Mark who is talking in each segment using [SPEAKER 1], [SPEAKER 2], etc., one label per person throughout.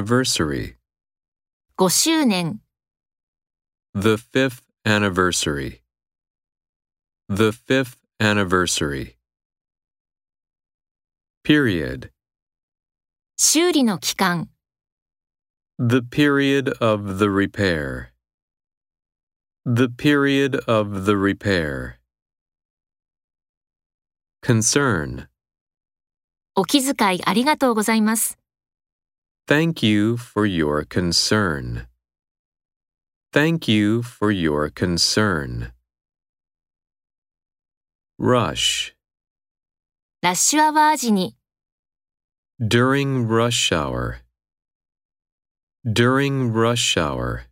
[SPEAKER 1] Anniversary.
[SPEAKER 2] 5周年、
[SPEAKER 1] The fifth anniversary. The fifth anniversary. Period.
[SPEAKER 2] 修理の期間、
[SPEAKER 1] The period of the repair. The period of the repair. Concern.
[SPEAKER 2] お気遣いありがとうございます。
[SPEAKER 1] Thank you for your concern. Thank you for your concern. Rush.
[SPEAKER 2] ラッシュアワー時に、
[SPEAKER 1] During rush hour. During rush hour.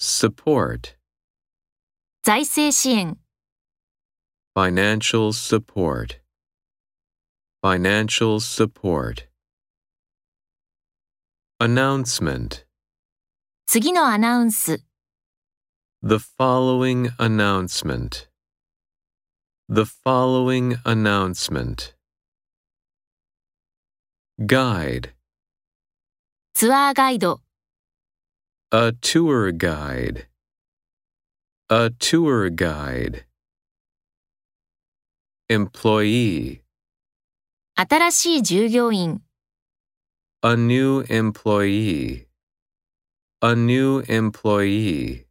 [SPEAKER 1] Support.
[SPEAKER 2] 財政支援、
[SPEAKER 1] Financial support. Financial support. Announcement.
[SPEAKER 2] 次のアナウンス、
[SPEAKER 1] The following announcement. The following announcement. Guide.
[SPEAKER 2] ツアーガイド、
[SPEAKER 1] A tour guide. A tour guide. Employee.
[SPEAKER 2] 新しい従業員、
[SPEAKER 1] A new employee. A new employee.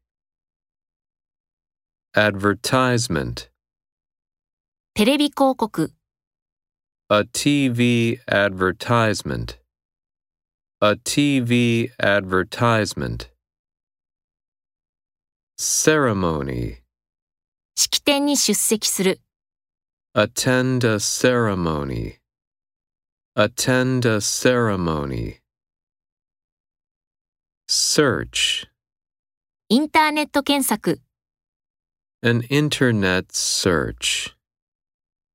[SPEAKER 1] Advertisement.
[SPEAKER 2] テレビ広告、
[SPEAKER 1] A TV advertisement. A TV advertisement. Ceremony.
[SPEAKER 2] 式典に出席する、
[SPEAKER 1] Attend a ceremony. Attend a ceremony. Search.
[SPEAKER 2] インターネット検索、
[SPEAKER 1] An internet search.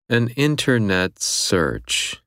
[SPEAKER 1] An internet search.